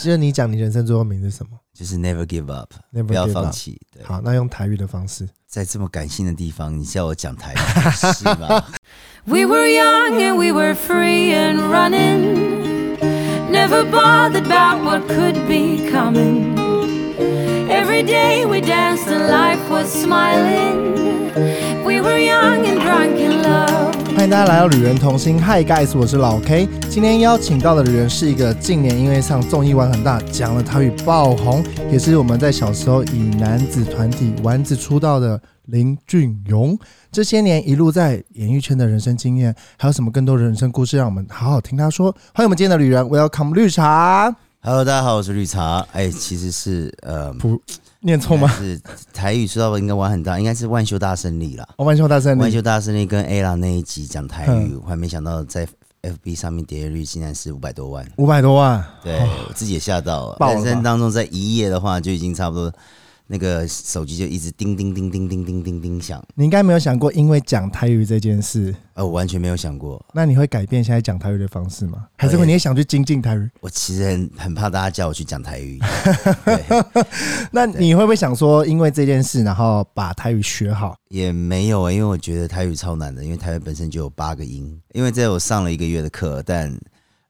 就是你讲你人生座右铭是什么？就是 never give up， Never 不要 give 放 up 弃。对，好，那用台语的方式。在这么感性的地方，你叫我讲台语 是吧？ We were young and we were free and running. Never bothered about what could be coming. Every day we danced and life was smiling. We were young and drunk in love. 欢迎大家来到《旅人同心》，Hi guys，我是老 K。今天邀请到的旅人是一个近年因为上综艺玩很大，讲了台语爆红，也是我们在小时候以男子团体丸子出道的林俊荣。这些年一路在演艺圈的人生经验，还有什么更多的人生故事，让我们好好听他说。欢迎我们今天的旅人，Welcome 绿茶。 Hello，大家好，我是绿茶。哎、其实是呃，不念错吗？是台语说到应该玩很大，应该是万修大胜利啦。我万秀大胜万利，修大胜利跟 A 啦那一集讲台嗯语，我还没想到在 FB 上面点阅率竟然是五百多万，五百多万，对、我自己也吓到了。哦爆了吧人生当中在一夜的话，就已经差不多。那个手机就一直叮叮叮叮叮叮叮叮响，你应该没有想过，因为讲台语这件事，呃，我完全没有想过，那你会改变现在讲台语的方式吗？还是我会也你也想去精进台语？我其实很很怕大家叫我去讲 台语，那你会不会想说，因为这件事，然后把台语学好？也没有啊、因为我觉得台语超难的，因为台语本身就有八个音。因为在我上了一个月的课，但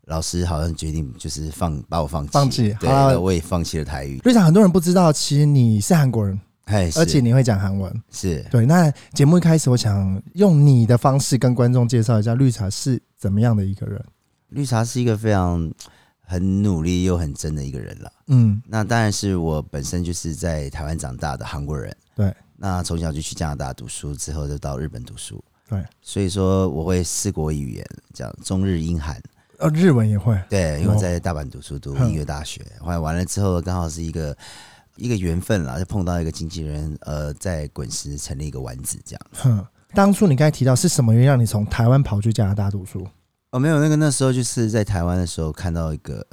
老师好像决定就是放把我放弃，放弃对，好啦啊我也放弃了台语。瑞常很多人不知道，其实你是韩国人，哎，是而且你会讲韩文。是对，那节目一开始，我想用你的方式跟观众介绍一下绿茶是怎么样的一个人。绿茶是一个非常很努力又很真的一个人了。嗯，那当然是我本身就是在台湾长大的韩国人，对，那从小就去加拿大读书，之后就到日本读书，对，所以说我会四国语言，讲中日英韩。呃，日文也会，对，因为哦我在大阪读书，读音乐大学，后来完了之后，刚好是一个一个缘分啦，就碰到一个经纪人，呃，在滚石成立一个丸子这样。哼。当初你刚才提到是什么原因让你从台湾跑去加拿大读书？哦，没有，那个那时候就是在台湾的时候看到一个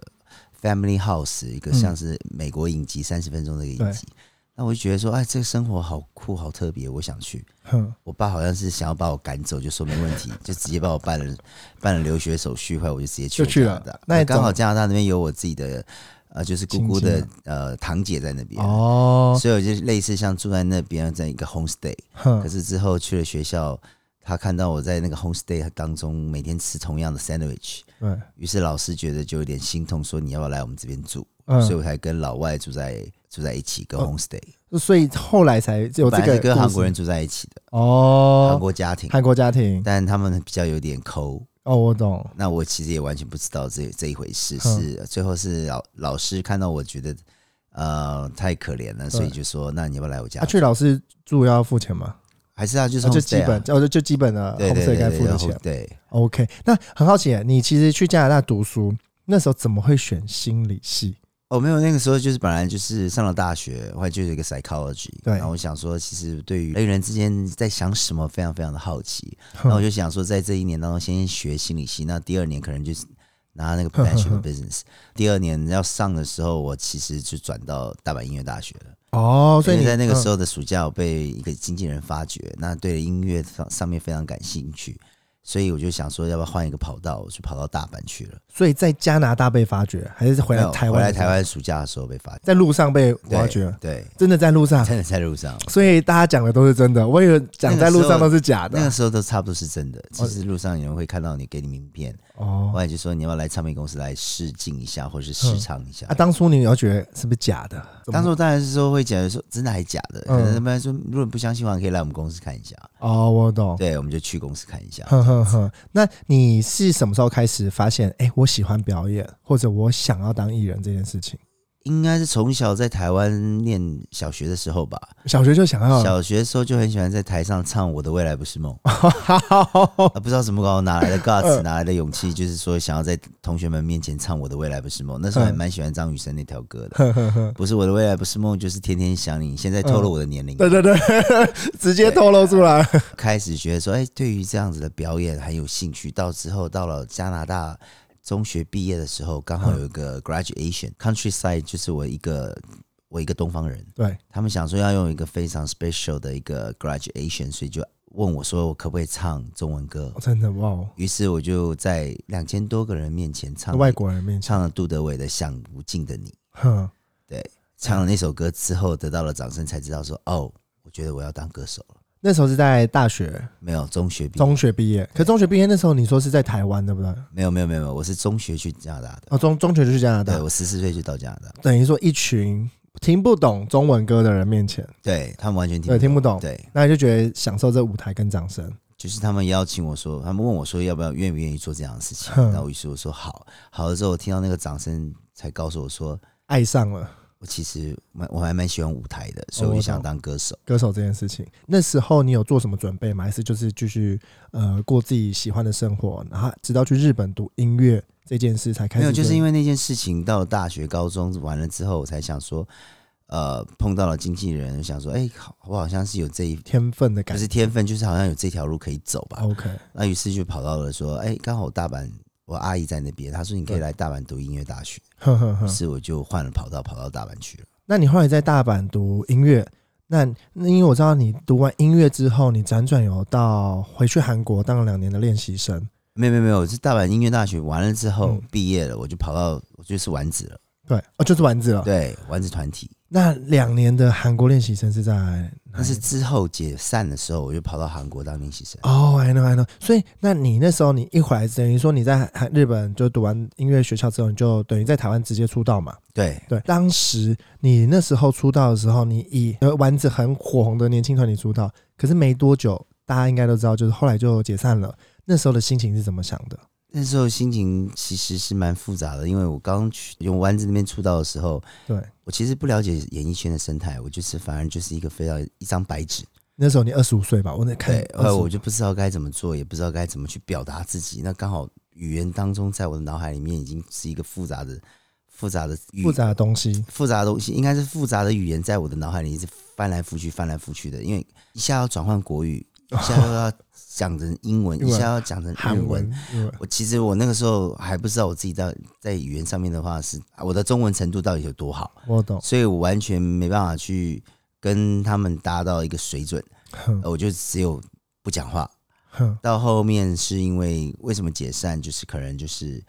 Family House，一个嗯像是美国影集三十分钟的一个影集，那我就觉得说，哎，这个生活好酷，好特别，我想去。哼，我爸好像是想要把我赶走，就说没问题，就直接帮我办了办了留学手续，后来我就直接去就去加了拿大。那你刚好懂加拿大那边有我自己的呃，就是姑亲姑戚的吗呃堂姐在那边，哦，所以我就类似像住在那边，在一个 homestay。可哼，是之后去了学校，他看到我在那个 homestay 当中每天吃同样的 sandwich，对，于是老师觉得就有点心痛，说你要不要来我们这边住？嗯所以我才跟老外住在住在一起，跟哦 homestay，、所以后来才有本这来个是跟故事韩国人住在一起的，韩哦，国家庭。韩国家庭但他们比较有点抠，哦，我懂，那我其实也完全不知道这这一回事，嗯是最后是老老师看到我觉得呃太可怜了，所以就说那你要不要来我家啊，？去老师住要付钱吗？还是啊，就是啊就基 homestay 啊本，哦，就就基本的对对 homestay 对该对付的对钱对。对， OK，那很好奇，你其实去加拿大读书那时候怎么会选心理系？哦，没有，那个时候就是本来就是上了大学，后来就有一个 psychology，对然后我想说，其实对于人与人之间在想什么非常非常的好奇，哼然后我就想说，在这一年当中先学心理系，那第二年可能就是拿那个哼哼 professional business，第二年要上的时候，我其实就转到大阪音乐大学了。哦，所以因你为在那个时候，候的暑假，我被一个经纪人发掘，那对音乐上上面非常感兴趣，所以我就想说，要不要换一个跑道，我就跑到大阪去了。所以在加拿大被发掘，还是回没来有台回湾来的时候？台湾暑假的时候被发掘，在路上被对挖掘，对，真的在路上。 真的在路上。所以大家讲的都是真的，我以为讲在路上都是假的那。个时候都差不多是真的，只是路上有人会看到你，给你名片，哦，后来就说你要不要来唱片公司来试镜一下，或是试唱一下啊，。当初你有觉得是不是假的？怎么当时我当然是说会讲说真的还是假的，嗯可能他们说如果你不相信的话，你可以来我们公司看一下。哦，我懂。对，我们就去公司看一下。嗯哼哼哼，那你是什么时候开始发现，哎、我喜欢表演，或者我想要当艺人这件事情？应该是从小在台湾念小学的时候吧，小学就想要了，小学的时候就很喜欢在台上唱《我的未来不是梦》啊，不知道怎么搞，哪来的 guts，哪来的勇气，就是说想要在同学们面前唱《我的未来不是梦》。那时候还嗯蛮喜欢张雨生那条歌的，呵呵呵，不是我的未来，不是梦，就是天天想你。现在透露我的年龄，对对对， 直接透露出来。开始觉得说，哎、对于这样子的表演很有兴趣。到之后到了加拿大中学毕业的时候，刚好有一个 graduation、countryside，就是我一个我一个东方人，对，他们想说要用一个非常 special 的一个 graduation，所以就问我说我可不可以唱中文歌哦，真的哇哦，于是我就在两千多个人面前唱外国人面前，唱了杜德伟的《想不尽的你》，哼，唱了那首歌之后得到了掌声，才知道说哦，我觉得我要当歌手了。那时候是在大学没有中学毕业，中学毕业，可中学毕业那时候你说是在台湾对不对？没有没有没有没有，我是中学去加拿大的，哦，中中学就是加拿对大，我十四岁就到加拿大，等于说一群听不懂中文歌的人面前，对他们完全听对，听不懂，对，那你就觉得享受这舞台跟掌声，就是他们邀请我说，他们问我说要不要愿不愿意做这样的事情，哼那我于是我说好，好了之后我听到那个掌声，才告诉我说爱上了我其实蛮我还蛮喜欢舞台的，所以哦我我就想懂当歌手。歌手这件事情。那时候你有做什么准备吗？还是就是继续呃过自己喜欢的生活，然后直到去日本读音乐这件事才开没始？有，就是因为为那件事情，到了大学、高中完了之后，我才想说，呃，碰到了经纪人，就想说，哎、好，我好像是有这一，天分的不感觉。啊是天分，就是好像有这条路可以走吧。 OK，那于是就跑到了说，哎、刚好大阪，我阿姨在那边，她说你可以来大阪读音乐大学，呵呵于呵。是我就换了跑道，跑到大阪去了。那你后来在大阪读音乐，那那因为我知道你读完音乐之后，你辗转有到回去韩国当了两年的练习生，没有没有没有，我是大阪音乐大学完了之后嗯毕、业了，我就跑到我就是丸子了，对，哦，就是丸子了。对，丸子团体。那两年的韩国练习生是在哪但里是之后解散的时候，我就跑到韩国当练习生。哦、i know, I know。所以，那你那时候你一回来，等于说你在韩日本就读完音乐学校之后，你就等于在台湾直接出道嘛？对，对。当时你那时候出道的时候，你以呃丸子很火红的年轻团体出道，可是没多久，大家应该都知道，就是后来就解散了。那时候的心情是怎么想的？那时候心情其实是蛮复杂的，因为我刚去用丸子那边出道的时候，对，我其实不了解演艺圈的生态，我就是反而就是一个非常一张白纸，那时候你二十五岁吧？我那看对，后来我就不知道该怎么做，也不知道该怎么去表达自己。那刚好语言当中，在我的脑海里面已经是一个复杂的、复杂的语复杂的东西，复杂的东西，应该是复杂的语言在我的脑海里一直翻来覆去、翻来覆去的，因为一下要转换国 语，一下又要讲成英文，英文一下要讲成韩日文文，日文我其实我那个时候还不知道我自己到在语言上面的话是啊我的中文程度到底有多好，我懂。所以我完全没办法去跟他们达到一个水准，哼呃我就只有不讲话。哼，到后面是因为为什么解散，就是可能就是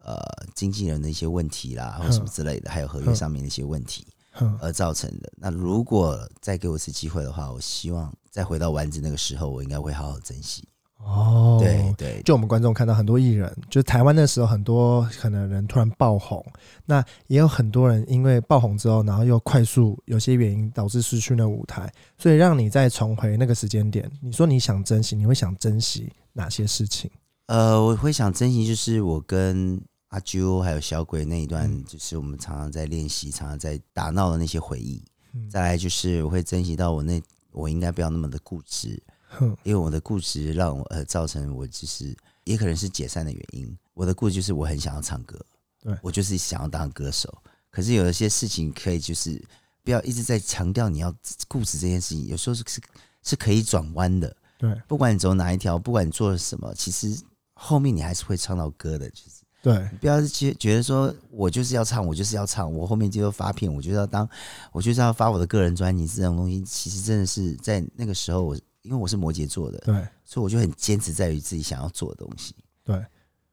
呃经纪人的一些问题啦，或什么嗯之类的，还有合约上面的一些问题哼而造成的。那如果再给我一次机会的话，我希望再回到丸子那个时候，我应该会好好珍惜。哦，对对就我们观众看到很多艺人，就是台湾那时候很多可能人突然爆红，那也有很多人因为爆红之后，然后又快速有些原因导致失去那舞台，所以让你再重回那个时间点，你说你想珍惜，你会想珍惜哪些事情？呃，我会想珍惜，就是我跟阿啾还有小鬼那一段嗯，就是我们常常在练习、常常在打闹的那些回忆。嗯再来就是我会珍惜到我那，我应该不要那么的固执，哼，因为我的固执让我呃造成我就是也可能是解散的原因。我的固执就是我很想要唱歌，对我就是想要当歌手。可是有一些事情可以就是不要一直在强调你要固执这件事情，有时候是是是可以转弯的。对不管你走哪一条，不管你做了什么，其实后面你还是会唱到歌的。就是对，不要觉觉得说我就是要唱，我就是要唱，我后面就要发片，我就是要当，我就是要发我的个人专辑这种东西。其实真的是在那个时候我，因为我是摩羯座的，对，所以我就很坚持在于自己想要做的东西。对，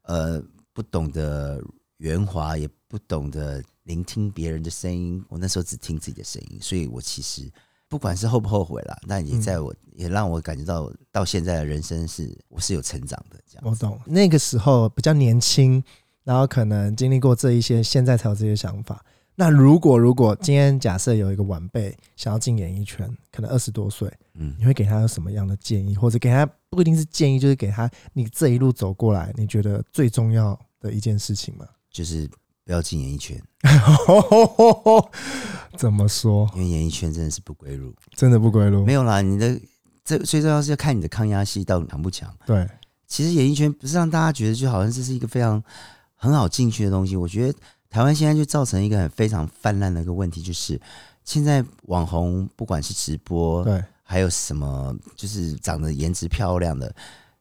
呃，不懂得圆滑，也不懂得聆听别人的声音。我那时候只听自己的声音，所以我其实不管是后不后悔啦，那也嗯在我、也让我感觉到到现在的人生是我是有成长的这样。我懂。那个时候比较年轻，然后可能经历过这一些，现在才有这些想法。那如果如果今天假设有一个晚辈想要进演艺圈，可能二十多岁。嗯你，会给他有什么样的建议，或者给他不一定是建议，就是给他你这一路走过来，你觉得最重要的一件事情吗？ 就是不要进演艺圈，怎么说？因为演艺圈真的是不归路。真的不归路没？有啦，你的这最重要是要看你的抗压性到底强不强。对，其实演艺圈不是让大家觉得就好像这是一个非常很好进去的东西。我觉得台湾现在就造成一个很非常泛滥的一个问题，就是现在网红不管是直播，对，还有什么就是长得颜值漂亮的，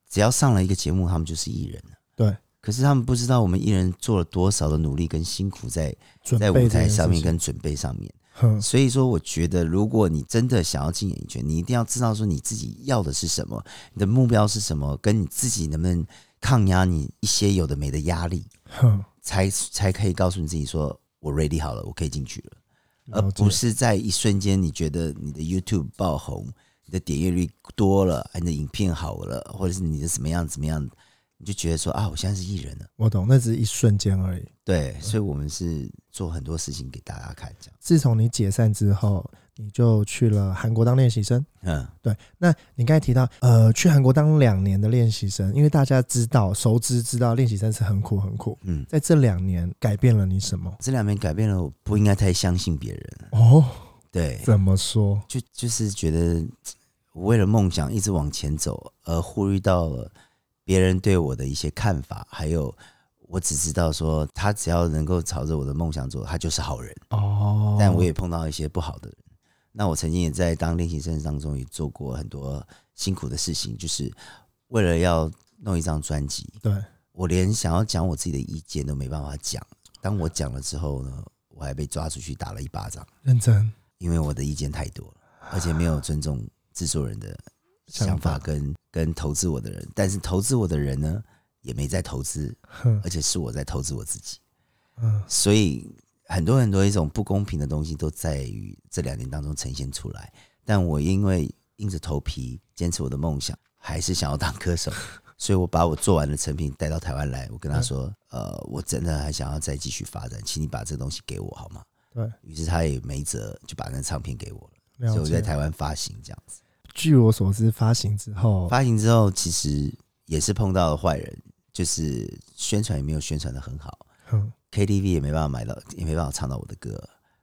只要上了一个节目，他们就是艺人了。对，可是他们不知道我们艺人做了多少的努力跟辛苦在准在备这舞件台事上面情跟准备上面。哼，所以说，我觉得如果你真的想要进演艺圈，你一定要知道说你自己要的是什么，你的目标是什么，跟你自己能不能抗压你一些有的没的压力，哼，才才可以告诉你自己说，我 ready 好了，我可以进去了，而了解不是在一瞬间你觉得你的 YouTube 爆红，你的点阅率多了，啊你的影片好了，或者是你的怎么样怎么样，你就觉得说啊，我现在是艺人了。我懂，那只是一瞬间而已。对，所以我们是做很多事情给大家看，这样。自从你解散之后，你就去了韩国当练习生。嗯，对，那你刚才提到，呃，去韩国当两年的练习生，因为大家知道、熟知知道练习生是很苦很苦。嗯，在这两年改变了你什么？这两年改变了，我不应该太相信别人。啊哦，对，怎么说？就就是觉得我为了梦想一直往前走，而忽略到了别人对我的一些看法，还有我只知道说他只要能够朝着我的梦想走，他就是好人。哦，但我也碰到一些不好的人。那我曾经也在当练习生当中也做过很多辛苦的事情，就是为了要弄一张专辑，对，我连想要讲我自己的意见都没办法讲。当我讲了之后呢，我还被抓出去打了一巴掌，认真因为我的意见太多了，而且没有尊重制作人的想法跟跟投资我的人。但是投资我的人呢，也没在投资，哼，而且是我在投资我自己。嗯，所以很多很多一种不公平的东西都在于这两年当中呈现出来。但我因为硬着头皮坚持我的梦想，还是想要当歌手，所以我把我做完的成品带到台湾来。我跟他说：“呃，我真的还想要再继续发展，请你把这东西给我好吗对，？”于是他也没辙，就把那唱片给我了。所以了我解。在台湾发行这样子。据我所知，发行之后，发行之后，其实也是碰到了坏人，就是宣传也没有宣传的很好。哼， KTV 也没办法买到，也没办法唱到我的歌。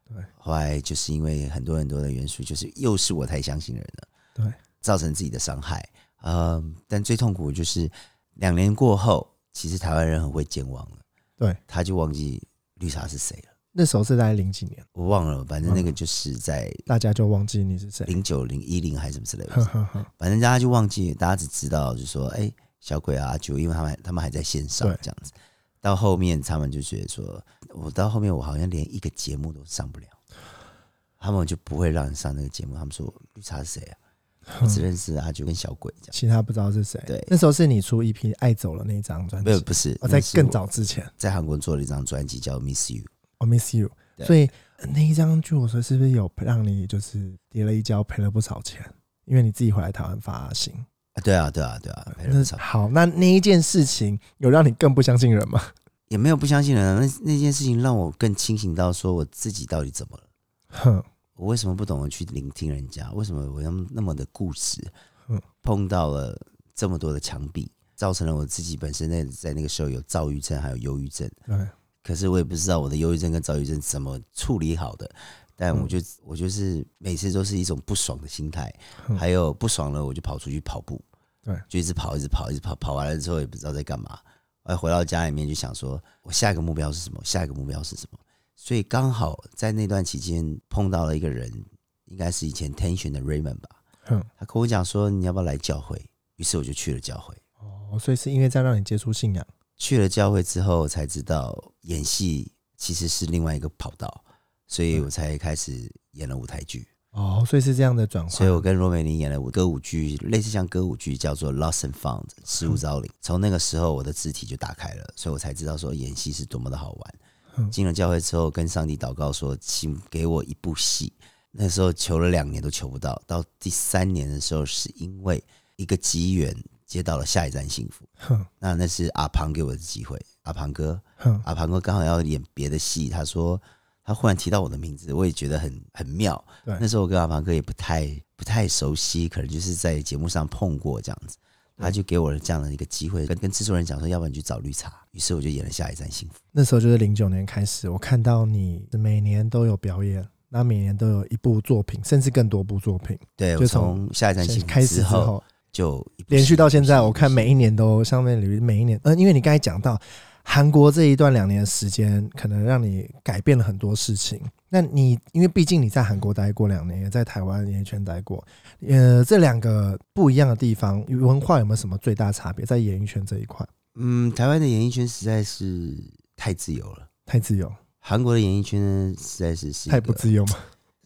对，后来就是因为很多很多的元素，就是又是我太相信人了，对，造成自己的伤害。嗯，但最痛苦的就是两年过后，其实台湾人很会健忘了，对，他就忘记绿茶是谁了，那时候是大概零几年，我忘了，反正那嗯个就是在大家就忘记你是谁。零九零一零还是什么之类的， 呵呵呵，反正大家就忘记，大家只知道就说，哎、小鬼啊，就因为他们他们还在线上对这样子。到后面他们就觉得说，我到后面我好像连一个节目都上不了，他们就不会让你上那个节目。他们说绿茶是谁啊？我只认识阿九跟小鬼这 样。其他不知道是谁。对那时候是你出一批《爱走了》那张专没有，辑，不是，哦，在那是更我早之前，在韩国做了一张专辑叫《Miss You》， 《I Miss You》，对所以呃那一张据我说是不是有让你就是跌了一跤，赔了不少钱？因为你自己回来台湾发行，啊对啊，对啊，对啊，没人那吵，好，那那一件事情有让你更不相信人吗？ 也没有不相信人啊。那那件事情让我更清醒到说我自己到底怎么了。哼，我为什么不懂得去聆听人家？为什么我那么那么的固执嗯？碰到了这么多的墙壁，造成了我自己本身在在那个时候有躁郁症，还有忧郁症。对，可是我也不知道我的忧郁症跟躁郁症怎么处理好的。但我就、我就是每次都是一种不爽的心态，嗯还有不爽了我就跑出去跑步，对就一直跑，一直跑，一直跑，跑完了之后也不知道在干嘛。哎，回到家里面就想说，我下一个目标是什么？下一个目标是什么？所以刚好在那段期间碰到了一个人，应该是以前 Tension 的 Raymond 吧，哼，他跟我讲说你要不要来教会，于是我就去了教会。哦，所以是因为这样让你接触信仰，去了教会之后才知道演戏其实是另外一个跑道，所以我才开始演了舞台剧。哦，所以是这样的转所以换，我跟罗美玲演了歌舞剧，类似像歌舞剧叫做《Lost and Found》失物招领。从那个时候，我的肢体就打开了，所以我才知道说演戏是多么的好玩。嗯进了教会之后，跟上帝祷告说，请给我一部戏。那时候求了两年都求不到，到第三年的时候，是因为一个机缘接到了下一站幸福。哼那那是阿庞给我的机会，阿庞哥，哼，阿庞哥刚好要演别的戏，他说他忽然提到我的名字，我也觉得很很妙。对那时候我跟阿庞哥也不太不太熟悉，可能就是在节目上碰过这样子，他就给我了这样的一个机会，跟跟制作人讲说，要不然你去找绿茶。于是我就演了《下一站幸福》。那时候就是零九年开始，我看到你每年都有表演，那每年都有一部作品，甚至更多部作品。对，就我从《下一站幸福先》开始之之后后，就一部连续戏到一部现在，戏我一部看戏每一年都上面里每一年，嗯、因为你刚才讲到韩国这一段两年的时间，可能让你改变了很多事情。那你因为毕竟你在韩国待过两年，也在台湾演艺圈待过，呃，这两个不一样的地方，文化有没有什么最大差别？在演艺圈这一块，嗯，台湾的演艺圈实在是太自由了，太自由，韩国的演艺圈呢实在是是一太不个自由吗？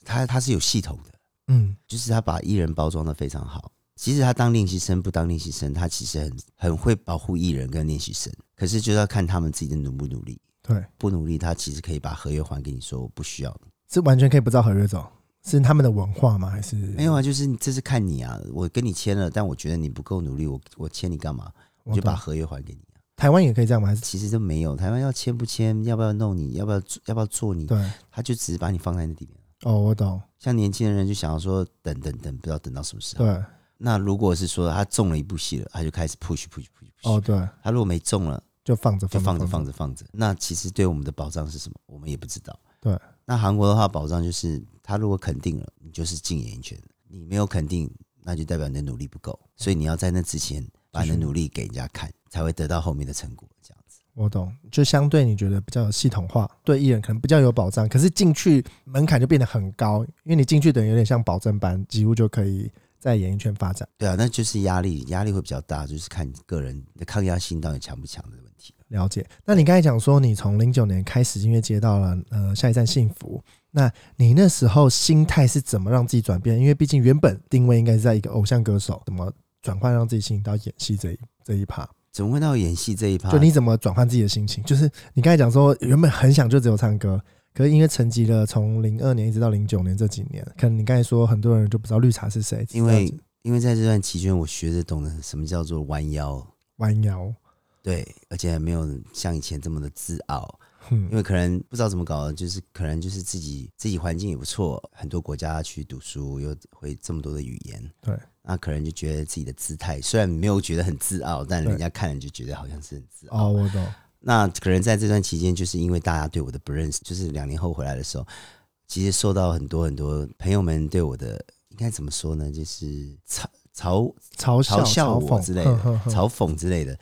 他他是有系统的，嗯，就是他把艺人包装的非常好。其实他当练习生不当练习生，他其实很很会保护艺人跟练习生，可是就要看他们自己的努不努力。对，不努力，他其实可以把合约还给你，说我不需要你。是完全可以不照合约走，是他们的文化吗？还是没有啊，就是你这是看你啊，我跟你签了，但我觉得你不够努力，我我签你干嘛？我我就把懂合约还给你啊。台湾也可以这样吗？还是其实都没有，台湾要签不签，要不要弄你，要不要要不要做你，对他就只是把你放在那里面。哦，我懂，像年轻的人就想要说等等等，不知道等到什么时候。对那如果是说他中了一部戏了，他就开始 push push push push。哦对，他如果没中了，就放着就放着着放着，着放着。那其实对我们的保障是什么，我们也不知道。对，那韩国的话，保障就是他如果肯定了，你就是进演艺圈；你没有肯定，那就代表你的努力不够。所以你要在那之前把你的继续努力给人家看，才会得到后面的成果。这样子，我懂，就相对你觉得比较有系统化，对艺人可能比较有保障，可是进去门槛就变得很高，因为你进去等于有点像保证班，几乎就可以在演艺圈发展。对啊，那就是压力，压力会比较大，就是看个人的抗压性到底强不强的问题。了解。那你刚才讲说，你从零九年开始，因为接到了呃下一站幸福，那你那时候心态是怎么让自己转变？因为毕竟原本定位应该是在一个偶像歌手，怎么转换让自己吸引到演戏这一这一趴？怎么会到演戏这一趴？就你怎么转换自己的心情？就是你刚才讲说，原本很想就只有唱歌，可是因为沉寂了从零二年一直到零九年这几年，可能你刚才说很多人就不知道绿茶是谁，因为只知道因为在这段期间，我学着懂得什么叫做弯腰，弯腰，对，而且没有像以前这么的自傲，嗯因为可能不知道怎么搞的，就是可能就是自己自己环境也不错，很多国家去读书，又会这么多的语言，对，那可能就觉得自己的姿态虽然没有觉得很自傲，但人家看了就觉得好像是很自傲。哦，我懂，那可能在这段期间，就是因为大家对我的不认识，就是两年后回来的时候，其实受到很多很多朋友们对我的应该怎么说呢，就是嘲嘲嘲笑、嘲笑嘲我讽之类的哼哼，哼嘲讽之类的，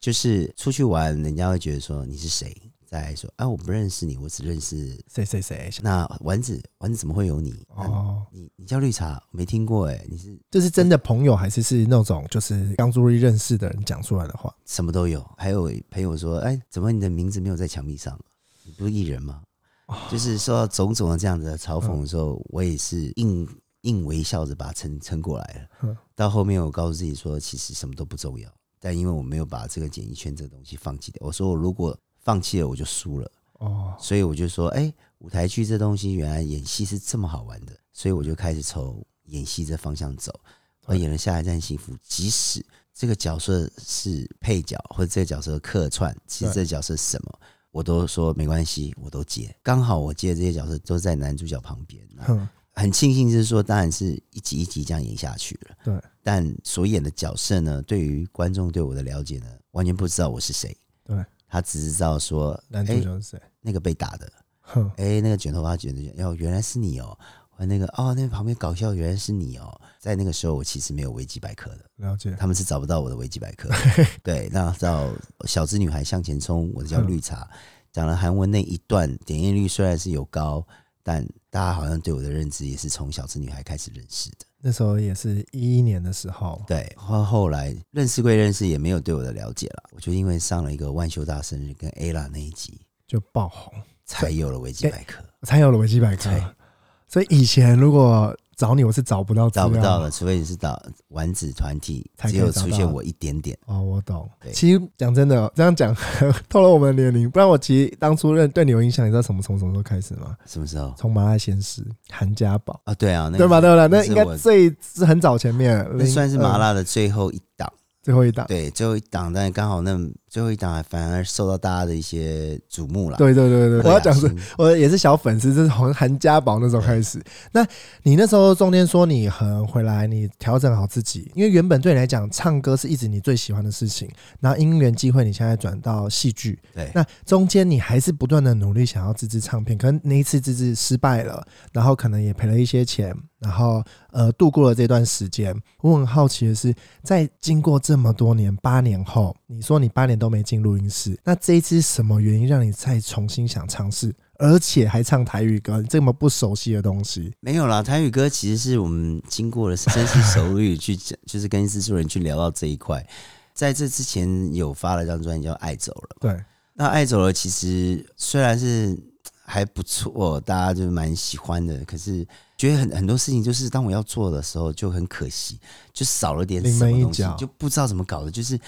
就是出去玩，人家会觉得说你是谁，再来说啊我不认识你，我只认识谁谁谁那丸子，丸子怎么会有你？哦，哦。你你叫绿茶，我没听过哎，你是这是真的朋友，还是是那种就是刚注意认识的人讲出来的话？什么都有。还有朋友说，哎，怎么你的名字没有在墙壁上？你不是艺人吗？就是受到种种的这样子的嘲讽的时候，我也是硬硬微笑着把它撑撑过来嗯了。到后面我告诉自己说，其实什么都不重要，但因为我没有把这个演艺圈这个东西放弃掉，我说我如果放弃了，我就输了。哦，所以我就说，哎、舞台剧这东西原来演戏是这么好玩的，所以我就开始从演戏这方向走。我对演了《下一站幸福》，即使这个角色是配角，或者这个角色客串，其实对这个角色是什么，我都说没关系，我都接。刚好我接的这些角色都在男主角旁边， 哼，很庆幸是说，当然是一集一集这样演下去了。对，但所演的角色呢，对于观众对我的了解呢，完全不知道我是谁。对，他只知道说，哎、男主角是谁？那个被打的，哼，哎、那个卷头发卷的，哦，原来是你哦，哦那个哦，那旁边搞笑原来是你哦，在那个时候我其实没有维基百科的，了解。他们是找不到我的维基百科。对，那到小资女孩向前冲，我的叫绿茶，讲了韩文那一段，点阅率虽然是有高，但大家好像对我的认知也是从小资女孩开始认识的。那时候也是一一年的时候，对，后后来认识归认识，也没有对我的了解了。我就因为上了一个万秀大生日跟 Ella 那一集，就爆红，才有了维基百科。才有了维基百科对。所以以前如果找你，我是找不到资料找不到了，。除非你是打丸子团体，才可以只有找出到现我一点点。哦，我懂。对其实讲真的，这样讲 透露我们的年龄。不然我其实当初认对你有印象，你知道什么从什么时候开始吗？什么时候？从麻辣鲜师、韩家宝，啊，对啊，那对吧？对吧？那那是应该我最是很早前面，那算是麻02辣的最后一档。最后一档。对，最后一档，但刚好那最后一档反而受到大家的一些瞩目啊了。对对对对，我贺要雅讲是欣我也是小粉丝，这是从韩家宝那时候开始。那你那时候中间说你很回来，你调整好自己，因为原本对你来讲，唱歌是一直你最喜欢的事情，然后因缘机会，你现在转到戏剧，对那中间你还是不断的努力想要自制唱片，可能那一次自制失败了，然后可能也赔了一些钱，然后呃度过了这段时间。我很好奇的是，在经过这么多年，八年后，你说你八年都没进录音室，那这一次是什么原因让你再重新想尝试，而且还唱台语歌这么不熟悉的东西？没有啦，台语歌其实是我们经过了深思熟虑去讲，就是跟制作人去聊到这一块。在这之前有发了张专辑叫《爱走了》，对，那《爱走了》其实虽然是还不错，大家就蛮喜欢的。可是觉得很很多事情，就是当我要做的时候，就很可惜，就少了点什临么门一东西脚，就不知道怎么搞的。就是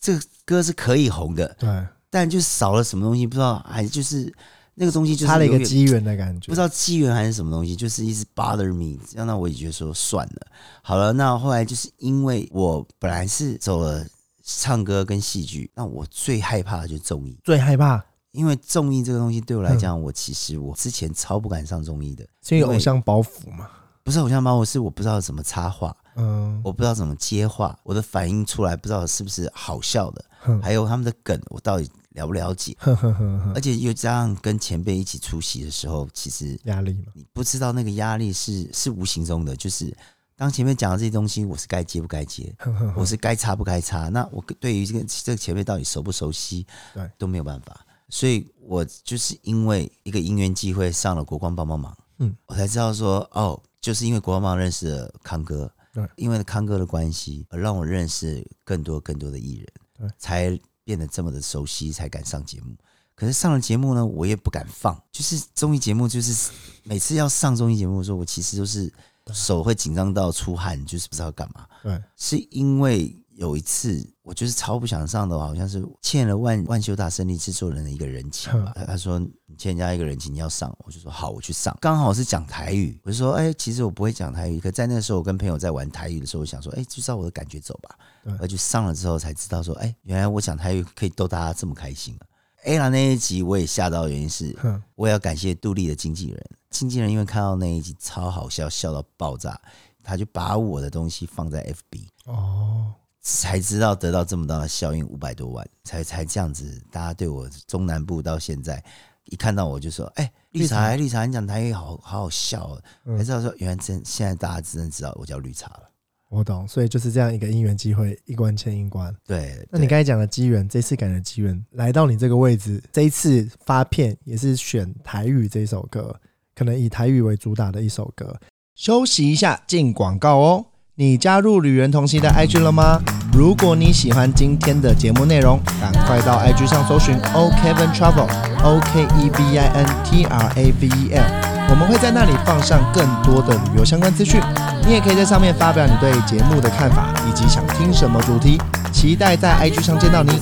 这个歌是可以红的，对，但就少了什么东西，不知道，还就是那个东西就是差了一永个远机缘的感觉，不知道机缘还是什么东西，就是一直 bother me，这样那我也觉得说算了，好了，那后来就是因为我本来是走了唱歌跟戏剧，那我最害怕的就是综艺，最害怕因为综艺这个东西对我来讲，我其实我之前超不敢上综艺的，是因因为为偶像包袱嘛，不是偶像包袱，是我不知道怎么插话，嗯，我不知道怎么接话，我的反应出来不知道是不是好笑的，哼还有他们的梗我到底了不了解，呵呵呵呵，而且又加上跟前辈一起出席的时候，其实压力嘛，你不知道那个压力是是无形中的，就是当前面讲的这些东西，我是该接不 该接，呵呵呵我是该插不该插。那我对于这个这个前面到底熟不熟悉，对都没有办法。所以我就是因为一个因缘机会上了国光帮帮忙，嗯，我才知道说哦，就是因为国光帮忙认识了康哥，对因为康哥的关系，而让我认识更多更多的艺人对，才变得这么的熟悉，才敢上节目。可是上了节目呢，我也不敢放，就是综艺节目，就是每次要上综艺节目的时候，我其实都是手会紧张到出汗，就是不知道干嘛。对，是因为有一次我就是超不想上的，好像是欠了万万修大胜利制作人的一个人情吧。他他说你欠人家一个人情，你要上，我就说好，我去上。刚好是讲台语，我就说哎、其实我不会讲台语，可在那时候我跟朋友在玩台语的时候，我想说哎、就照我的感觉走吧。对而去上了之后才知道说，哎、原来我讲台语可以逗大家这么开心啊。A 啦那一集我也吓到，原因是哼，我也要感谢杜丽的经纪人，经纪人因为看到那一集超好笑，笑到爆炸，他就把我的东西放在 FB，哦，才知道得到这么大的效应，五百多万，才才这样子，大家对我中南部到现在一看到我就说，哎、绿茶，绿茶，你讲台语好好好笑、哦，嗯才知道说原来真现在大家真的知道我叫绿茶了。我懂，所以就是这样一个因缘机会，一关牵一关。对，那你对刚才讲的机缘，这次感觉机缘来到你这个位置，这一次发片也是选台语这首歌，可能以台语为主打的一首歌。休息一下，进广告哦。你加入旅人同行的 IG 了吗？如果你喜欢今天的节目内容，赶快到 IG 上搜寻 O Kevin Travel O K E V I N T R A V E L，我们会在那里放上更多的旅游相关资讯。你也可以在上面发表你对节目的看法，以及想听什么主题。期待在 IG 上见到你。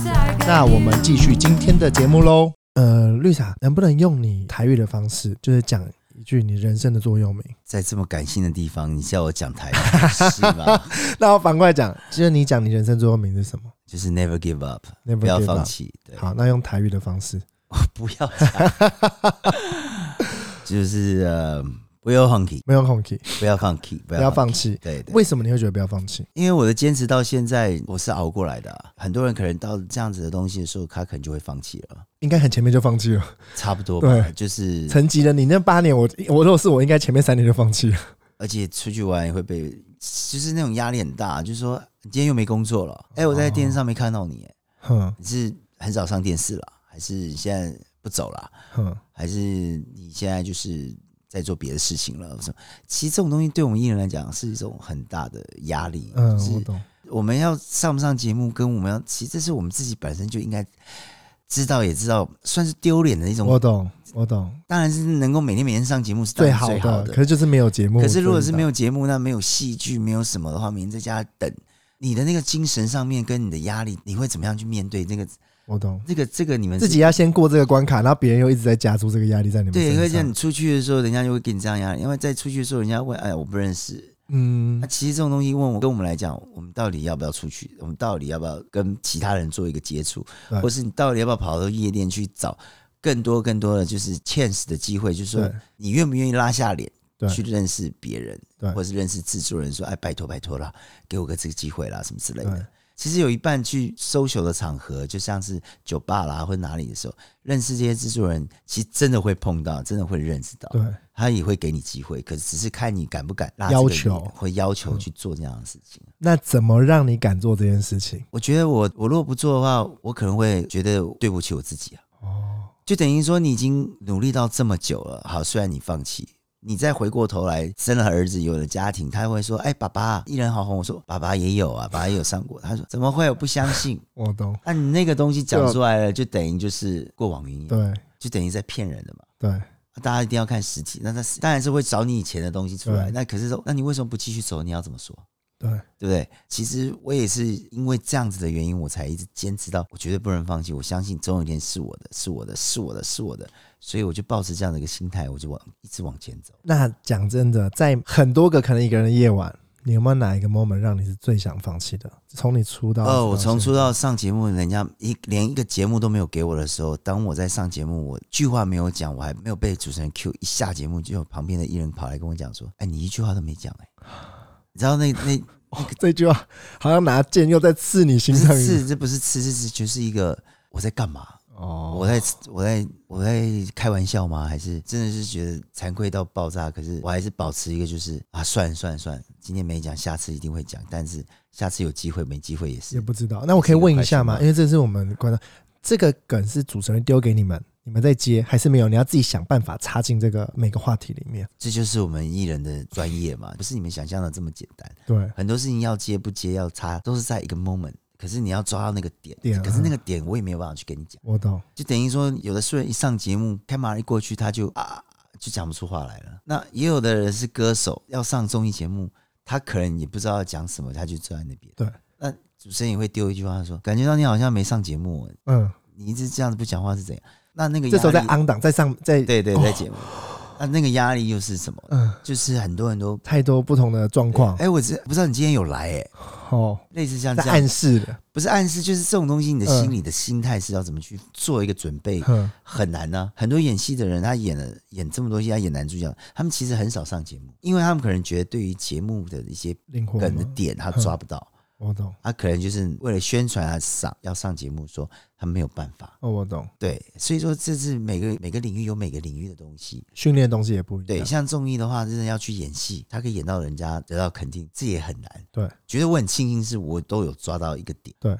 那我们继续今天的节目喽。呃，绿茶，能不能用你台语的方式，就是讲一句你人生的座右铭？在这么感性的地方，你叫我讲台语 是吧？那我反过来讲，就是你讲你人生座右铭是什么？ 就是 never give up， Never 不要 give 放 up 弃。对，好，那用台语的方式。不要讲，就是呃，不要放弃，没有空气，不要放弃，不不要要放弃。弃。对啊对，为什么你会觉得不要放弃？因为我的坚持到现在，我是熬过来的啊、很多人可能到这样子的东西的时候，他可能就会放弃了，应该很前面就放弃了。差不多吧对。就是，沉寂了你那八年，我我如果是我，应该前面三年就放弃了。而且出去玩也会被，就是那种压力很大，就是说你今天又没工作了，哎、我在电视上没看到你、哎哼你是很少上电视了，还是你现在不走了？哼，还是你现在就是在做别的事情了？什么？其实这种东西对我们艺人来讲是一种很大的压力。嗯，就我是懂。我们要上不上节目，跟我们要，其实这是我们自己本身就应该知道，也知道，算是丢脸的一我种。懂，我懂，当然是能够每天每天上节目是当最然好最的。好可是就是没有节目。可是如果是没有，有节目，那没有戏剧，没有什么的话，每天在家等。你的那个精神上面跟你的压力，你会怎么样去面对那个我懂。这个这个你们自己要先过这个关卡，然后别人又一直在加注这个压力在你们对，会身这样。你上。出去的时候，人家就会给你这样压力，因为在出去的时候，人家问，哎，我不认识。嗯那、，其实这种东西，问我跟我们来讲，我们到底要不要出去？我们到底要不要跟其他人做一个接触对，或是你到底要不要跑到夜店去找更多更多的就是 chance 的机会？就是说对，你愿不愿意拉下脸对去认识别人对，或是认识制作人？说，哎，拜托拜托啦，给我个这个机会啦，什么之类对的。其实有一半去 social 的场合，就像是酒吧啦或哪里的时候，认识这些制作人，其实真的会碰到，真的会认识到，对，他也会给你机会，可是只是看你敢不敢拉要这个求脸或要求去做这样的事情。那怎么让你敢做这件事情？我觉得我我如果不做的话，我可能会觉得对不起我自己啊。哦，就等于说你已经努力到这么久了，好，虽然你放弃，你再回过头来生了儿子，有了家庭，他会说：“哎，爸爸，一人好红。”我说：“爸爸也有啊，爸爸也有上过。”他说：“怎么会？我不相信。”我懂。那、你那个东西讲出来了，就等于就是过往云烟，对就等于在骗人的嘛。对，啊大家一定要看实体，那他当然是会找你以前的东西出来。对那可是说，那你为什么不继续走？你要怎么说？对，对不对？其实我也是因为这样子的原因，我才一直坚持到我绝对不能放弃。我相信总有一天是我的，是我的，是我的，是我的。所以我就抱持这样的一个心态，我就往一直往前走。那讲真的，在很多个可能一个人的夜晚，你有没有哪一个 moment 让你是最想放弃的？从你出道哦，我到从现出道上节目，人家一连一个节目都没有给我的时候，当我在上节目，我句话没有讲，我还没有被主持人 Q，一下节目就有旁边的艺人跑来跟我讲说：“哎，你一句话都没讲哎、你知道那那在，哦 这句话好像拿剑又在刺你心不上 是一样。刺，这不是刺，这是就是一个我在干嘛？哦，我在我在我在开玩笑吗？还是真的是觉得惭愧到爆炸？可是我还是保持一个就是啊，算了算了算了，今天没讲，下次一定会讲，但是下次有机会没机会也也是。不知道。那我可以问一下吗？这个快速吗因为这是我们观众，这个梗是主持人丢给你们，你们在接还是没有？你要自己想办法插进这个每个话题里面。这就是我们艺人的专业嘛，不是你们想象的这么简单。对，很多事情要接不接要插，都是在一个 moment。可是你要抓到那个点，点啊可是那个点我也没有办法去跟你讲，我懂。就等于说有的素人一上节目，开麦一过去他就啊就讲不出话来了。那也有的人是歌手，要上综艺节目，他可能也不知道要讲什么，他就坐在那边。对，那主持人也会丢一句话说：“感觉到你好像没上节目，哦嗯，你一直这样子不讲话是怎样？”那那个这时候在啊压力昂档，在上，在对对在节目，那那个压力又是什么？嗯，就是很多人都太多不同的状况哎、我只不知道你今天有来哎、哦，类似像这在样暗示的。不是暗示，就是这种东西，你的嗯心里的心态是要怎么去做一个准备，嗯，很难呢、很多演戏的人，他演了演这么多戏，他演男主角，他们其实很少上节目，因为他们可能觉得对于节目的一些灵活梗的吗点，他抓不到，我懂。他可能就是为了宣传他上要上节目，说他没有办法。哦，我懂。对，所以说这是每个每个领域有每个领域的东西。训练的东西也不一对，样。像综艺的话，真的要去演戏，他可以演到人家得到肯定，这也很难。对，觉得我很庆幸是我都有抓到一个点。对，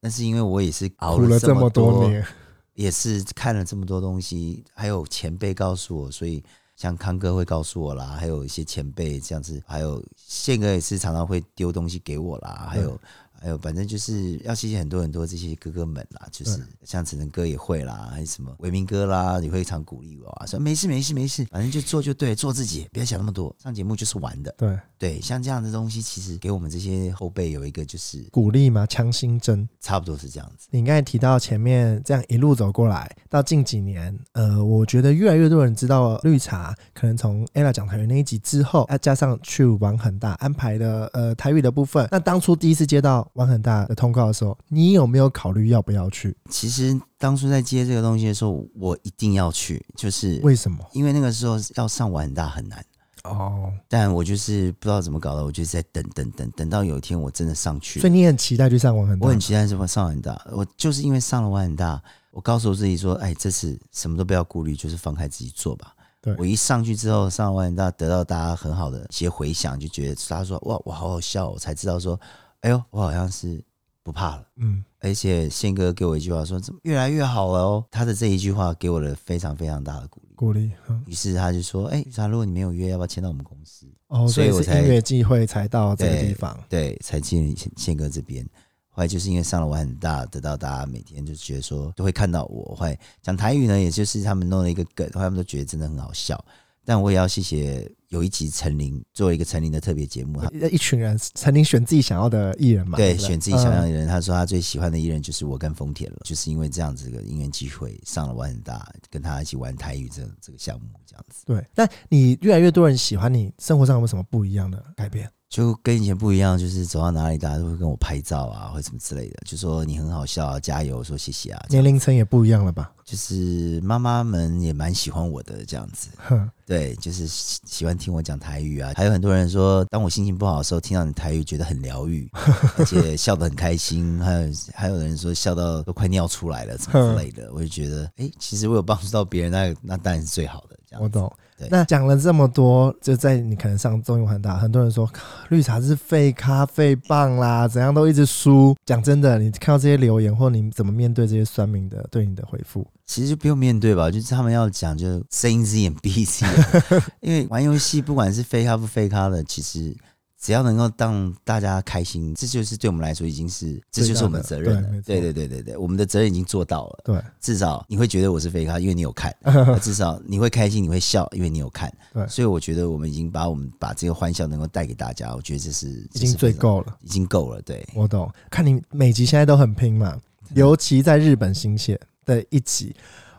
但是因为我也是熬苦了这么么多年，也是看了这么多东西，还有前辈告诉我，所以像康哥会告诉我啦，还有一些前辈这样子，还有宪哥也是常常会丢东西给我啦，还有还有，反正就是要谢谢很多很多这些哥哥们啦，就是对像子成哥也会啦，还有什么伟明哥啦，也会常鼓励我啊，说没事没事没事，反正就做就对，做自己，不要想那么多，上节目就是玩的。对，对，像这样的东西，其实给我们这些后辈有一个就是鼓励嘛，强心针。差不多是这样子。你刚才提到前面这样一路走过来，到近几年，呃，我觉得越来越多人知道绿茶，可能从 ella 讲台语那一集之后，再加上去玩很大安排的呃台语的部分。那当初第一次接到玩很大的通告的时候，你有没有考虑要不要去？其实当初在接这个东西的时候，我一定要去，就是为什么？因为那个时候要上完很大很难，哦，但我就是不知道怎么搞的，我就是在等等等等到有一天我真的上去所，以你很期待去上玩很大我很期待什么上完很大，我就是因为上了完很大，我告诉我自己说，哎，这次什么都不要顾虑，就是放开自己做吧对。我一上去之后，上了完很大，得到大家很好的一些回响，就觉得大家说哇，我好好笑哦，我才知道说，哎呦，我好像是不怕了。嗯，而且宪哥给我一句话说：“怎么越来越好了哦。”他的这一句话给我了非常非常大的鼓励。鼓励。嗯于是他就说：“哎、绿茶，如果你没有约，要不要签到我们公司哦，所所以以我是才音乐机会才到这个对地方。？”对，才进宪宪哥这边。后来就是因为上了我很大，得到大家每天就觉得说都会看到我。后来讲台语呢，也就是他们弄了一个梗，后来他们都觉得真的很好笑。但我也要谢谢有一集陈琳做了一个陈琳的特别节目，呃一群人曾经选自己想要的艺人嘛，对，不选自己想要嗯的人。他说他最喜欢的艺人就是我跟丰田了，就是因为这样子的因缘机会上了玩很大，跟他一起玩台语这这个项目，这样子对。但你越来越多人喜欢你，生活上有没有什么不一样的改变？就跟以前不一样，就是走到哪里大家都会跟我拍照啊，或者什么之类的，就说你很好笑啊，加油，说谢谢啊，这样年龄层也不一样了吧？ 就是妈妈们也蛮喜欢我的这样子。哼，对，就是喜喜欢听我讲台语啊，还有很多人说，当我心情不好的时候，听到你台语觉得很疗愈，而 且笑得很开心。还有还有人说笑到都快尿出来了，什么之类的，我就觉得，哎、其实我有帮助到别人，那那当然是最好的。这样我懂对。那讲了这么多，就在你可能上综艺很大，很多人说绿茶是废咖废棒啦，怎样都一直输。讲真的，你看到这些留言，或你怎么面对这些酸民的对你的回复？其实就不用面对吧，就是他们要讲就 啊 睁一只眼闭一只眼，因为玩游戏不管是飞咖不飞咖的，其实只要能够让大家开心，这就是对我们来说已经是，这就是我们的责任了。最对大对对对对，我们的责任已经做到了。对至少你会觉得我是肥咖，因为你有 看；至少你会开心，你会笑，因为你有看。对所以我觉得我们已经把我们把这个欢笑能够带给大家，我觉得这是已经最，这是非常够了。已经够了。对，我懂，看你每集现在都很拼嘛，嗯尤其在日本新写的一集，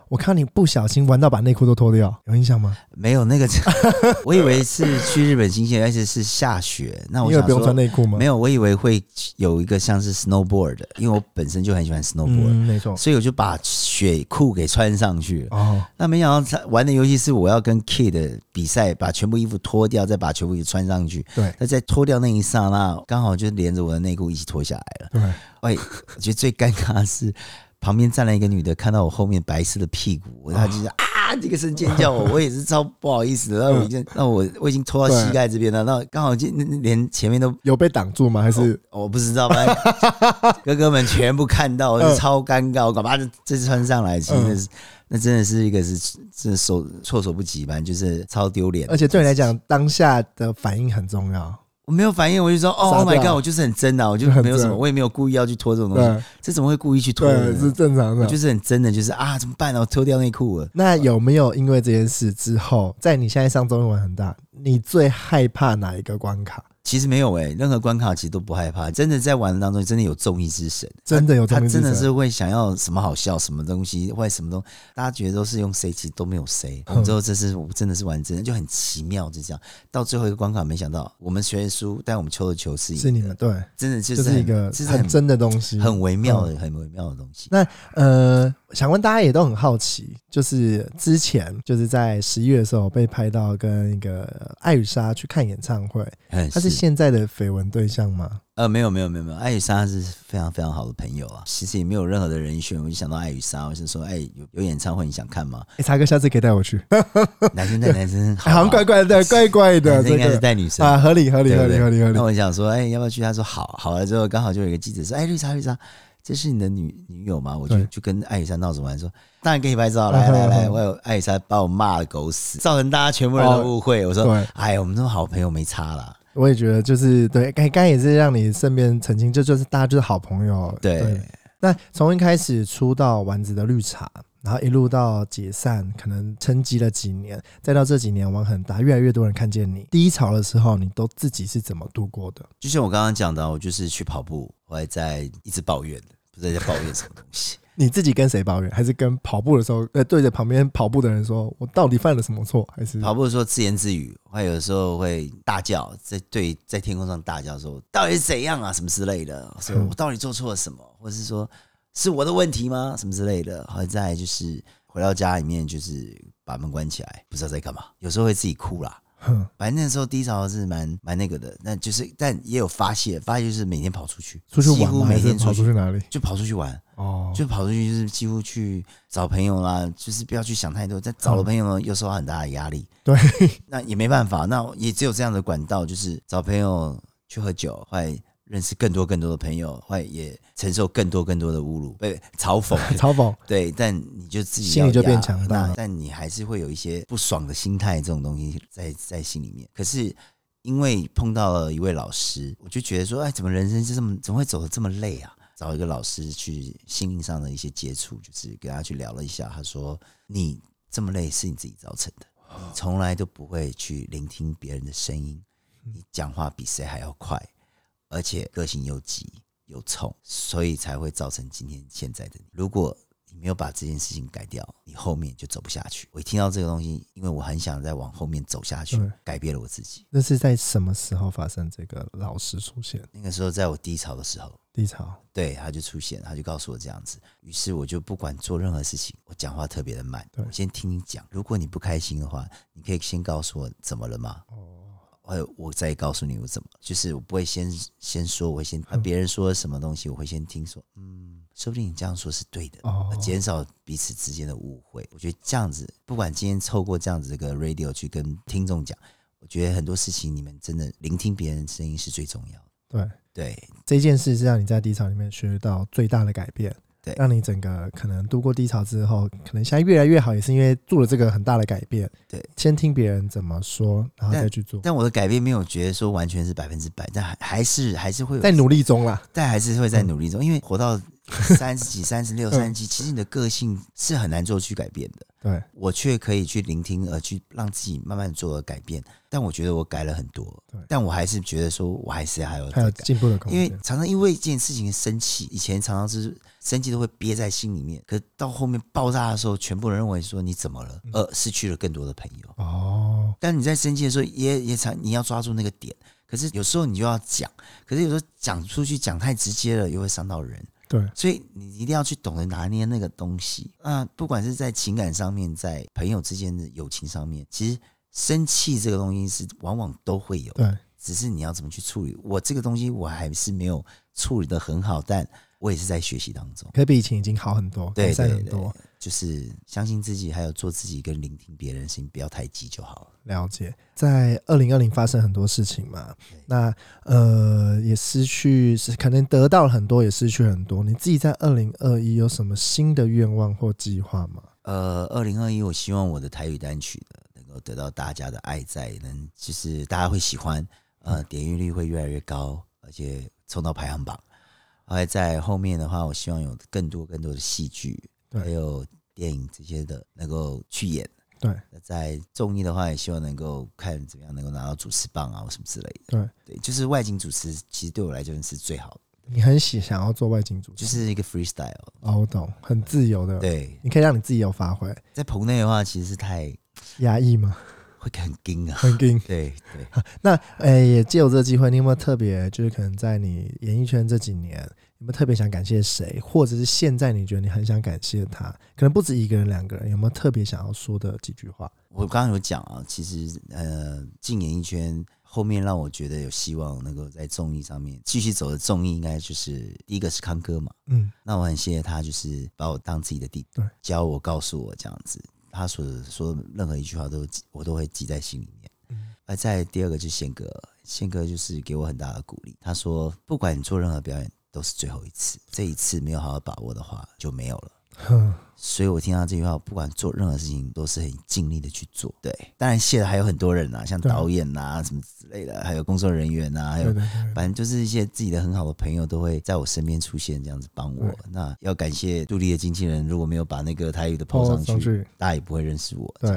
我看你不小心玩到把内裤都脱掉，有印象吗？没有那个， 我以为是去日本新鲜，而且是下雪。那因我为想不用穿说，内裤吗？没有，我以为会有一个像是 snowboard 的，因为我本身就很喜欢 snowboard，、嗯，没错。所以我就把雪裤给穿上去了。哦，那没想到他玩的游戏是我要跟 Kid 比赛，把全部衣服脱掉，再把全部衣服穿上去。 对那在脱掉那一刹那，刚好就连着我的内裤一起脱下来了。对，哎，我觉得最尴尬的是，旁边站了一个女的，看到我后面白色的屁股，她就是哦啊。这个声尖 叫我，我也是超不好意思的。那我已经，那我我已经脱到膝盖这边了，那刚好就那那连前面都有被挡住吗？还是我不知道，反正 哥哥们全部看到，我嗯是超尴尬，我搞把这这次穿上来，其实那是、那真的是一个是是手措手不及，反正就是超丢脸。而且对你来，讲，当下的反应很重要。我没有反应，我就说哦傻掉，Oh my god，我就是很真的啊，我就很没有什么，真我也没有故意要去拖这种东西，对这怎么会故意去拖呢？对，是正常嗯我的就。是很真的，就是啊，怎么办呢？我脱掉内裤了。那有没有因为这件事之后，在你现在上中文很大，你最害怕哪一个关卡？其实没有诶、任何关卡其实都不害怕。真的在玩的当中，真的有综艺之神，真的有他中真的是会想要什么好笑，什么东西或者什么东西，大家觉得都是用 C，其实都没有 C。我嗯们最后这次我真的是玩真的，就很奇妙，就这样。到最后一个关卡，没想到我们虽然输，但我们抽的球是赢是你的们对，真的就就是是很一个就是很嗯很真的东西，很微妙的、很微妙的东西。那呃，想问大家也都很好奇，就是之前就是在十一月的时候被拍到跟一个艾雨莎去看演唱会，嗯她是现在的绯闻对象吗？呃没有没有没有没有，艾雨莎是非常非常好的朋友啊。其实也没有任何的人选，我就想到艾雨莎，我就说哎有有演唱会你想看吗？ 哎、查哥下次可以带我去，男生带男生好哎好啊、像怪怪的，怪怪的，男生这 应该是个带女生啊，合理合理对合不对理合理合理那，我想说，哎、要不要去？他说好，好了之后，刚好就有一个记者说，哎、绿茶绿茶，这是你的女女友吗？我就对就跟艾雨莎闹着玩说，当然可以拍 照，来来来，我有艾雨莎把我骂的狗屎，造成大家全部人的误会。我说对，哎，我们这么好朋友没差啦。我也觉得就是对，哎刚刚也是让你身边澄清，这就是大家就是好朋友，对那从一开始出道丸子的绿茶，然后一路到解散，可能沉寂了几年，再到这几年玩很大，越来越多人看见你。低潮的时候，你都自己是怎么度过的？就像我刚刚讲的，我就是去跑步，我还在一直抱怨的，不知道在抱怨什么东西。你自己跟谁抱怨？还是跟跑步的时候，呃，对着旁边跑步的人说，我到底犯了什么错？还是跑步的时候自言自语，我有时候会大叫，在对在天空上大叫说：“到底是怎样啊？什么之类的？”说嗯我到底做错了什么，或者是说是我的问题吗？什么之类的。好，再来就是回到家里面，就是把门关起来，不知道在干嘛。有时候会自己哭啦。哼，反正那时候低潮是蛮蛮那个的，那就是但也有发泄，发泄就是每天跑出去，出去几玩乎吗？还每是天跑出出去去哪里？就跑出去玩，哦，就跑出去就是几乎去找朋友啦，就是不要去想太多，但嗯找了朋友呢又受到很大的压力，对， 那也没办法，那也只有这样的管道，就是找朋友去喝酒，后来认识更多更多的朋友，后来也承受更多更多的侮辱、被嘲讽。嘲讽，对，但你就自己心里要就变压强大那但你还是会有一些不爽的心态，这种东西在在心里面。可是因为碰到了一位老师，我就觉得说，哎，怎么人生就这么怎么会走的这么累啊？找一个老师去心灵上的一些接触，就是跟他去聊了一下，他说你这么累是你自己造成的，你从来都不会去聆听别人的声音，你讲话比谁还要快，而且个性又急又冲，所以才会造成今天现在的你。如果你没有把这件事情改掉，你后面就走不下去。我一听到这个东西，因为我很想再往后面走下去对，改变了我自己。那是在什么时候发生这个老师出现那个时候，在我低潮的时候，低潮？对他就出现，他就告诉我这样子。于是我就不管做任何事情，我讲话特别的慢。对我先听你讲，如果你不开心的话，你可以先告诉我怎么了吗？哦，我我再告诉你我怎么，就是我不会先先说，我会先嗯啊别人说什么东西，我会先听说，嗯，说不定你这样说是对的，哦减少彼此之间的误会。我觉得这样子，不管今天透过这样子这个 radio 去跟听众讲，我觉得很多事情你们真的聆听别人的声音是最重要的。对，对，这件事是让你在低潮里面学到最大的改变，对让你整个可能度过低潮之后，可能现在越来越好，也是因为做了这个很大的改变。对，先听别人怎么说，然后再去做，但我的改变没有觉得说完全是百分之百，但还还是还是会有在努力嗯中啦。但还是会在努力中，因为 活到三十几、三嗯十六、三十七，其实你的个性是很难做去改变的。对，我却可以去聆听，而去让自己慢慢做了改变。但我觉得我改了很多对，但我还是觉得说我还是还有还在有改。进步的空因为间。常常因为一件事情生气，以前常常是生气都会憋在心里面，可到后面爆炸的时候，全部人认为说你怎么嗯了，而失去了更多的朋友。哦，但你在生气的时候也，也常你要抓住那个点。可是有时候你就要讲，可是有时候讲出去讲太直接了，又会伤到人。对，所以你一定要去懂得拿捏那个东西。那不管是在情感上面，在朋友之间的友情上面，其实生气这个东西是往往都会有，对，只是你要怎么去处理。我这个东西我还是没有处理的很好，但我也是在学习当中。可比以前已经好很多，对改善对很对多。，就是相信自己，还有做自己跟聆听别人的事情，不要太急就好了。了解，在二零二零发生很多事情嘛，那呃也失去，是可能得到了很多，也失去很多。你自己在二零二一有什么新的愿望或计划吗？呃，二零二一，我希望我的台语单曲呢，能够得到大家的爱在，能就是大家会喜欢，呃，点阅率会越来越高，而且冲到排行榜。而在后面的话，我希望有更多更多的戏剧，对还有电影这些的能够去演。对那在综艺的话，也希望能够看怎么样能够拿到主持棒啊，或什么之类的。对，对，就是外景主持，其实对我来讲是最好的，你很喜想要做外景主持，就是一个 freestyle。哦，我懂，很自由的，对，你可以让你自己有发挥。在棚内的话，其实是太压抑嘛，会很硬 啊。很硬。对对。那呃、也借由这个机会，你有没有特别，就是可能在你演艺圈这几年，有没有特别想感谢谁，或者是现在你觉得你很想感谢他，可能不止一个人、两个人，有没有特别想要说的几句话？我刚刚有讲啊，其实呃，进演艺圈后面让我觉得有希望能够在综艺上面继续走的综艺，应该就是第一个是康哥嘛。嗯，那我很谢谢他，就是把我当自己的弟弟对，教我、告诉我这样子。他所说的任何一句话都我都会记在心里面。那再第二个就是宪哥，宪哥就是给我很大的鼓励。他说，不管你做任何表演，都是最后一次，这一次没有好好把握的话，就没有了。哼，所以我听到这句话，不管做任何事情都是很尽力的去做。对，当然谢的还有很多人啊，像对导演啊什么之类的，还有工作人员啊，还对有对 对，反正就是一些自己的很好的朋友都会在我身边出现，这样子帮我对。那要感谢杜丽的经纪人，如果没有把那个台语的 PO 上去，去，大家也不会认识我。对，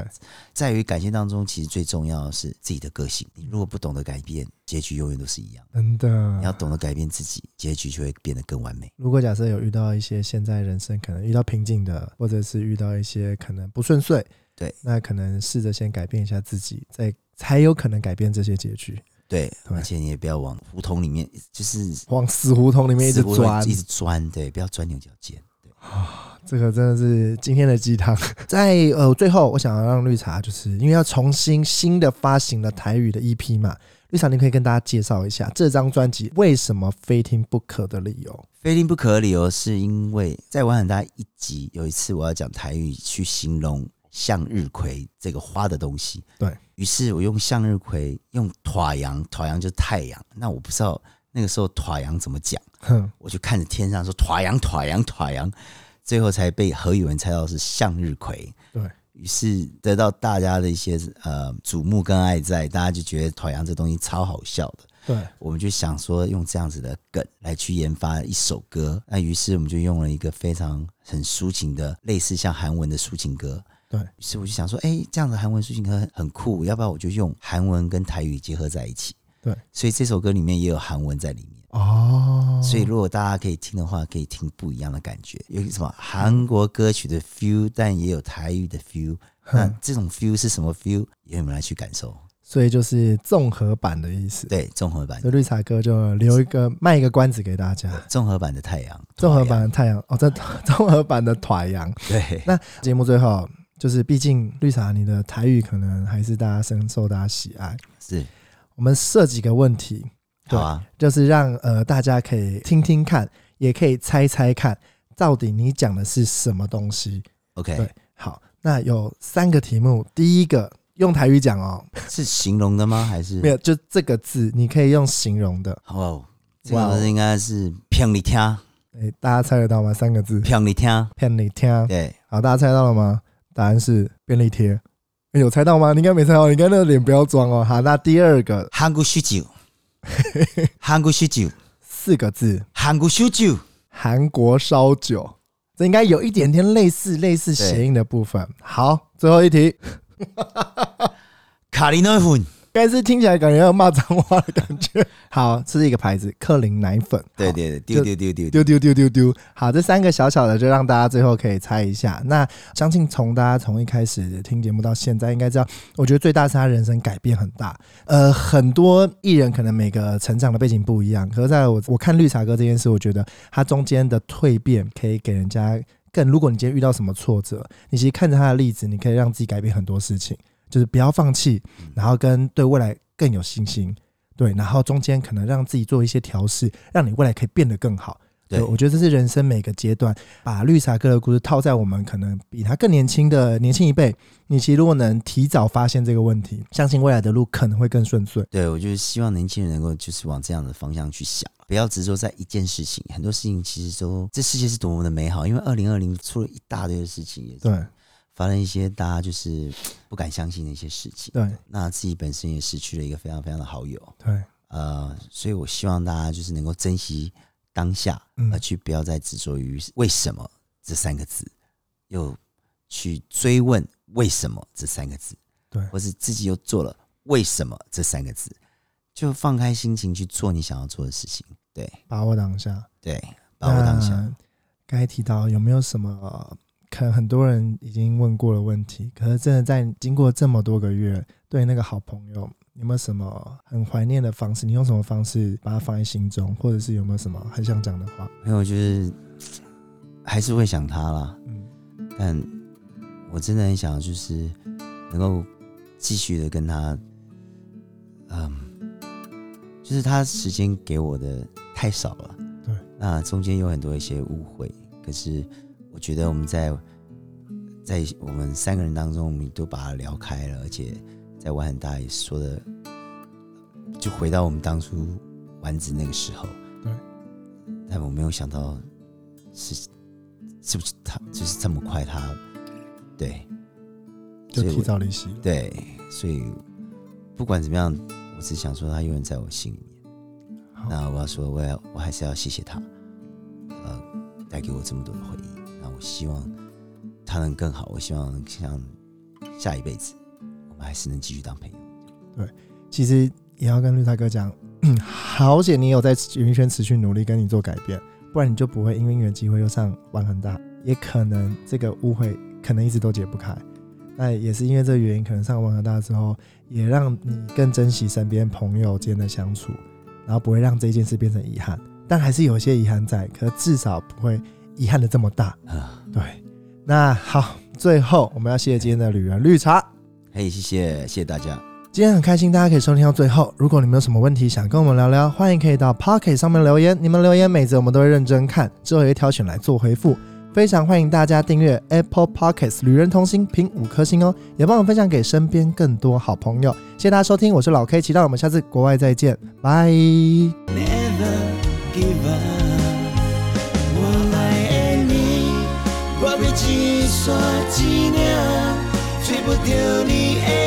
在于感谢当中，其实最重要的是自己的个性。你如果不懂得改变，结局永远都是一样。真你要的。懂得改变自己，结局就会变得更完美。如果假设有遇到一些现在人生可能遇到瓶颈的，或者是遇到一些可能不顺遂，对，那可能试着先改变一下自己，再才有可能改变这些结局。对，对而且你也不要往胡同里面，就是往死胡同里面一直死不会钻，一直钻，对，不要钻牛角尖。这个真的是今天的鸡汤。 在呃最后，我想要让绿茶，就是因为要重新新的发行了台语的 EP 嘛，绿茶你可以跟大家介绍一下这张专辑为什么非听不可的理由。非听不可的理由是因为在玩很大一集，有一次我要讲台语去形容向日葵这个花的东西，对 于是我用向日葵，用塔阳，塔阳就是太阳。那我不知道那个时候塔阳怎么讲，哼，我就看着天上说塔阳塔阳塔阳，最后才被何宇文猜到是向日葵。对，于是得到大家的一些呃瞩目跟爱在，大家就觉得塔阳这东西超好笑的。对，我们就想说用这样子的梗来去研发一首歌，那于是我们就用了一个非常很抒情的，类似像韩文的抒情歌。对于是我就想说，哎、这样子韩文抒情歌很很酷，要不要我就用韩文跟台语结合在一起？对，所以这首歌里面也有韩文在里面。哦，所以如果大家可以听的话，可以听不一样的感觉，有什么韩国歌曲的 feel，但也有台语的 feel。那这种 feel 是什么 feel？由你们来去感受。所以就是综合版的意思。对，综合版所，以绿茶哥就留一个卖一个关子给大家，综合版的太阳，综合版的太阳哦，这 综合版的团阳。对。那节目最后就是，毕竟绿茶你的台语可能还是大家深受大家喜爱，是，我们设几个问题，对好啊，就是让呃大家可以听听看，也可以猜猜看，到底你讲的是什么东西。对 OK，，好，那有三个题目，第一个用台语讲哦，是形容的 吗？还是没有，就这个字，你可以用形容的。哦，这哇哦个应该是骗你听，哎，大家猜得到吗？三个字，漂你听，骗你听。对，好，大家猜到了吗？答案是便利贴。哎有猜到吗？你应该没猜哦到，你刚才那个脸不要装哦。好，那第二个韩国需酒， 韩国需酒，四个字，韩国需酒，韩国烧酒，这应该有一点点类似类似对谐音的部分。好，最后一题，卡里诺粉，但是听起来感觉要骂脏话的感觉。好，这是一个牌子，克林奶粉。对好对对，就丢丢丢丢丢，丢丢丢丢丢。好，这三个小小的就让大家最后可以猜一下。那相信从大家从一开始听节目到现在，应该知道，我觉得最大是他人生改变很大。呃，很多艺人可能每个成长的背景不一样，可是在我我看绿茶哥这件事，我觉得他中间的蜕变可以给人家更。如果你今天遇到什么挫折，你其实看着他的例子，你可以让自己改变很多事情，就是不要放弃，嗯然后跟对未来更有信心。对，然后中间可能让自己做一些调试，让你未来可以变得更好。对对，我觉得这是人生每个阶段，把绿茶哥的故事套在我们可能比他更年轻的年轻一辈，你其实如果能提早发现这个问题，相信未来的路可能会更顺遂。对我就是希望年轻人能够就是往这样的方向去想，不要执着在一件事情，很多事情其实都这世界是多么的美好，因为二零二零出了一大堆的事情，也是对发生一些大家就是不敢相信的一些事情。对那自己本身也失去了一个非常非常的好友，对，呃，所以我希望大家就是能够珍惜当下，嗯而去不要再执着于为什么这三个字，又去追问为什么这三个字，对或是自己又做了为什么这三个字，就放开心情去做你想要做的事情，对把握当下，对，把握当下，那刚才提到有没有什么、呃可能很多人已经问过的问题，可是真的在经过这么多个月，对那个好朋友有没有什么很怀念的方式？你用什么方式把它放在心中，或者是有没有什么很想讲的话？因为我就是还是会想他啦，嗯，但我真的很想就是能够继续的跟他，嗯，就是他时间给我的太少了，对，那中间有很多一些误会，可是我觉得我们在在我们三个人当中，我们都把它聊开了，而且在玩很大也说的，就回到我们当初丸子那个时候，对，但我没有想到是是不是他就是这么快他，对就所以我提早离席了。对，所以不管怎么样，我只想说他永远在我心里面。好那我要说，我要我还是要谢谢他，呃，带给我这么多的回忆。那我希望他能更好，我希望像下一辈子，我们还是能继续当朋友。其实也要跟绿茶哥讲，嗯好险你有在演艺圈持续努力，跟你做改变，不然你就不会因为因缘机会又上玩很大，也可能这个误会可能一直都解不开。那也是因为这个原因，可能上完很大之后，也让你更珍惜身边朋友间的相处，然后不会让这件事变成遗憾。但还是有些遗憾在，可至少不会遗憾的这么大。啊，对，那好，最后我们要谢谢今天的旅人 绿茶。嘿，谢谢谢谢大家，今天很开心，大家可以收听到最后。如果你们有什么问题想跟我们聊聊，欢迎可以到 Pocket 上面留言。你们留言每则我们都会认真看，之后也会挑选来做回复。非常欢迎大家订阅 Apple Pockets 旅人同行，评五颗星哦，也帮我分享给身边更多好朋友。谢谢大家收听，我是老 K，期待我们下次国外再见，拜。 never give up. 我来爱你，我要一线一领，找不到你的